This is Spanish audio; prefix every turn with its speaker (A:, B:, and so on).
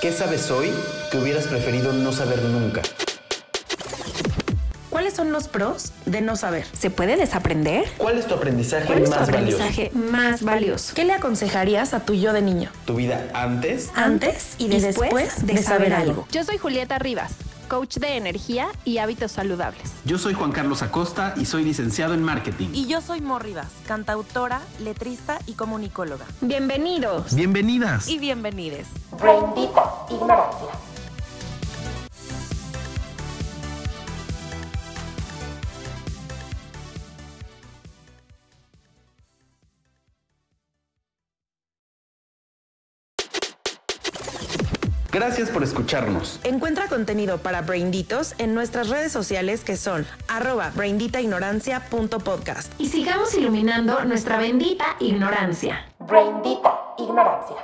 A: ¿Qué sabes hoy que hubieras preferido no saber nunca?
B: ¿Cuáles son los pros de no saber?
C: ¿Se puede desaprender?
A: ¿Cuál es tu aprendizaje
C: ¿Cuál es tu
A: más valioso?
C: aprendizaje más valioso?
B: ¿Qué le aconsejarías a tu yo de niño?
A: ¿Tu vida antes?
B: Antes y después, de, saber algo.
D: Yo soy Julieta Rivas, coach de energía y hábitos saludables.
E: Yo soy Juan Carlos Acosta y soy licenciado en marketing.
F: Y yo soy Mo Rivas, cantautora, letrista y comunicóloga.
D: Bienvenidos.
E: Bienvenidas.
F: Y bienvenides.
G: Reindita ignorancia.
E: Gracias por escucharnos.
B: Encuentra contenido para Brainditos en nuestras redes sociales que son arroba brainditaignorancia.podcast.
D: Y sigamos iluminando nuestra bendita ignorancia.
G: Reindita ignorancia.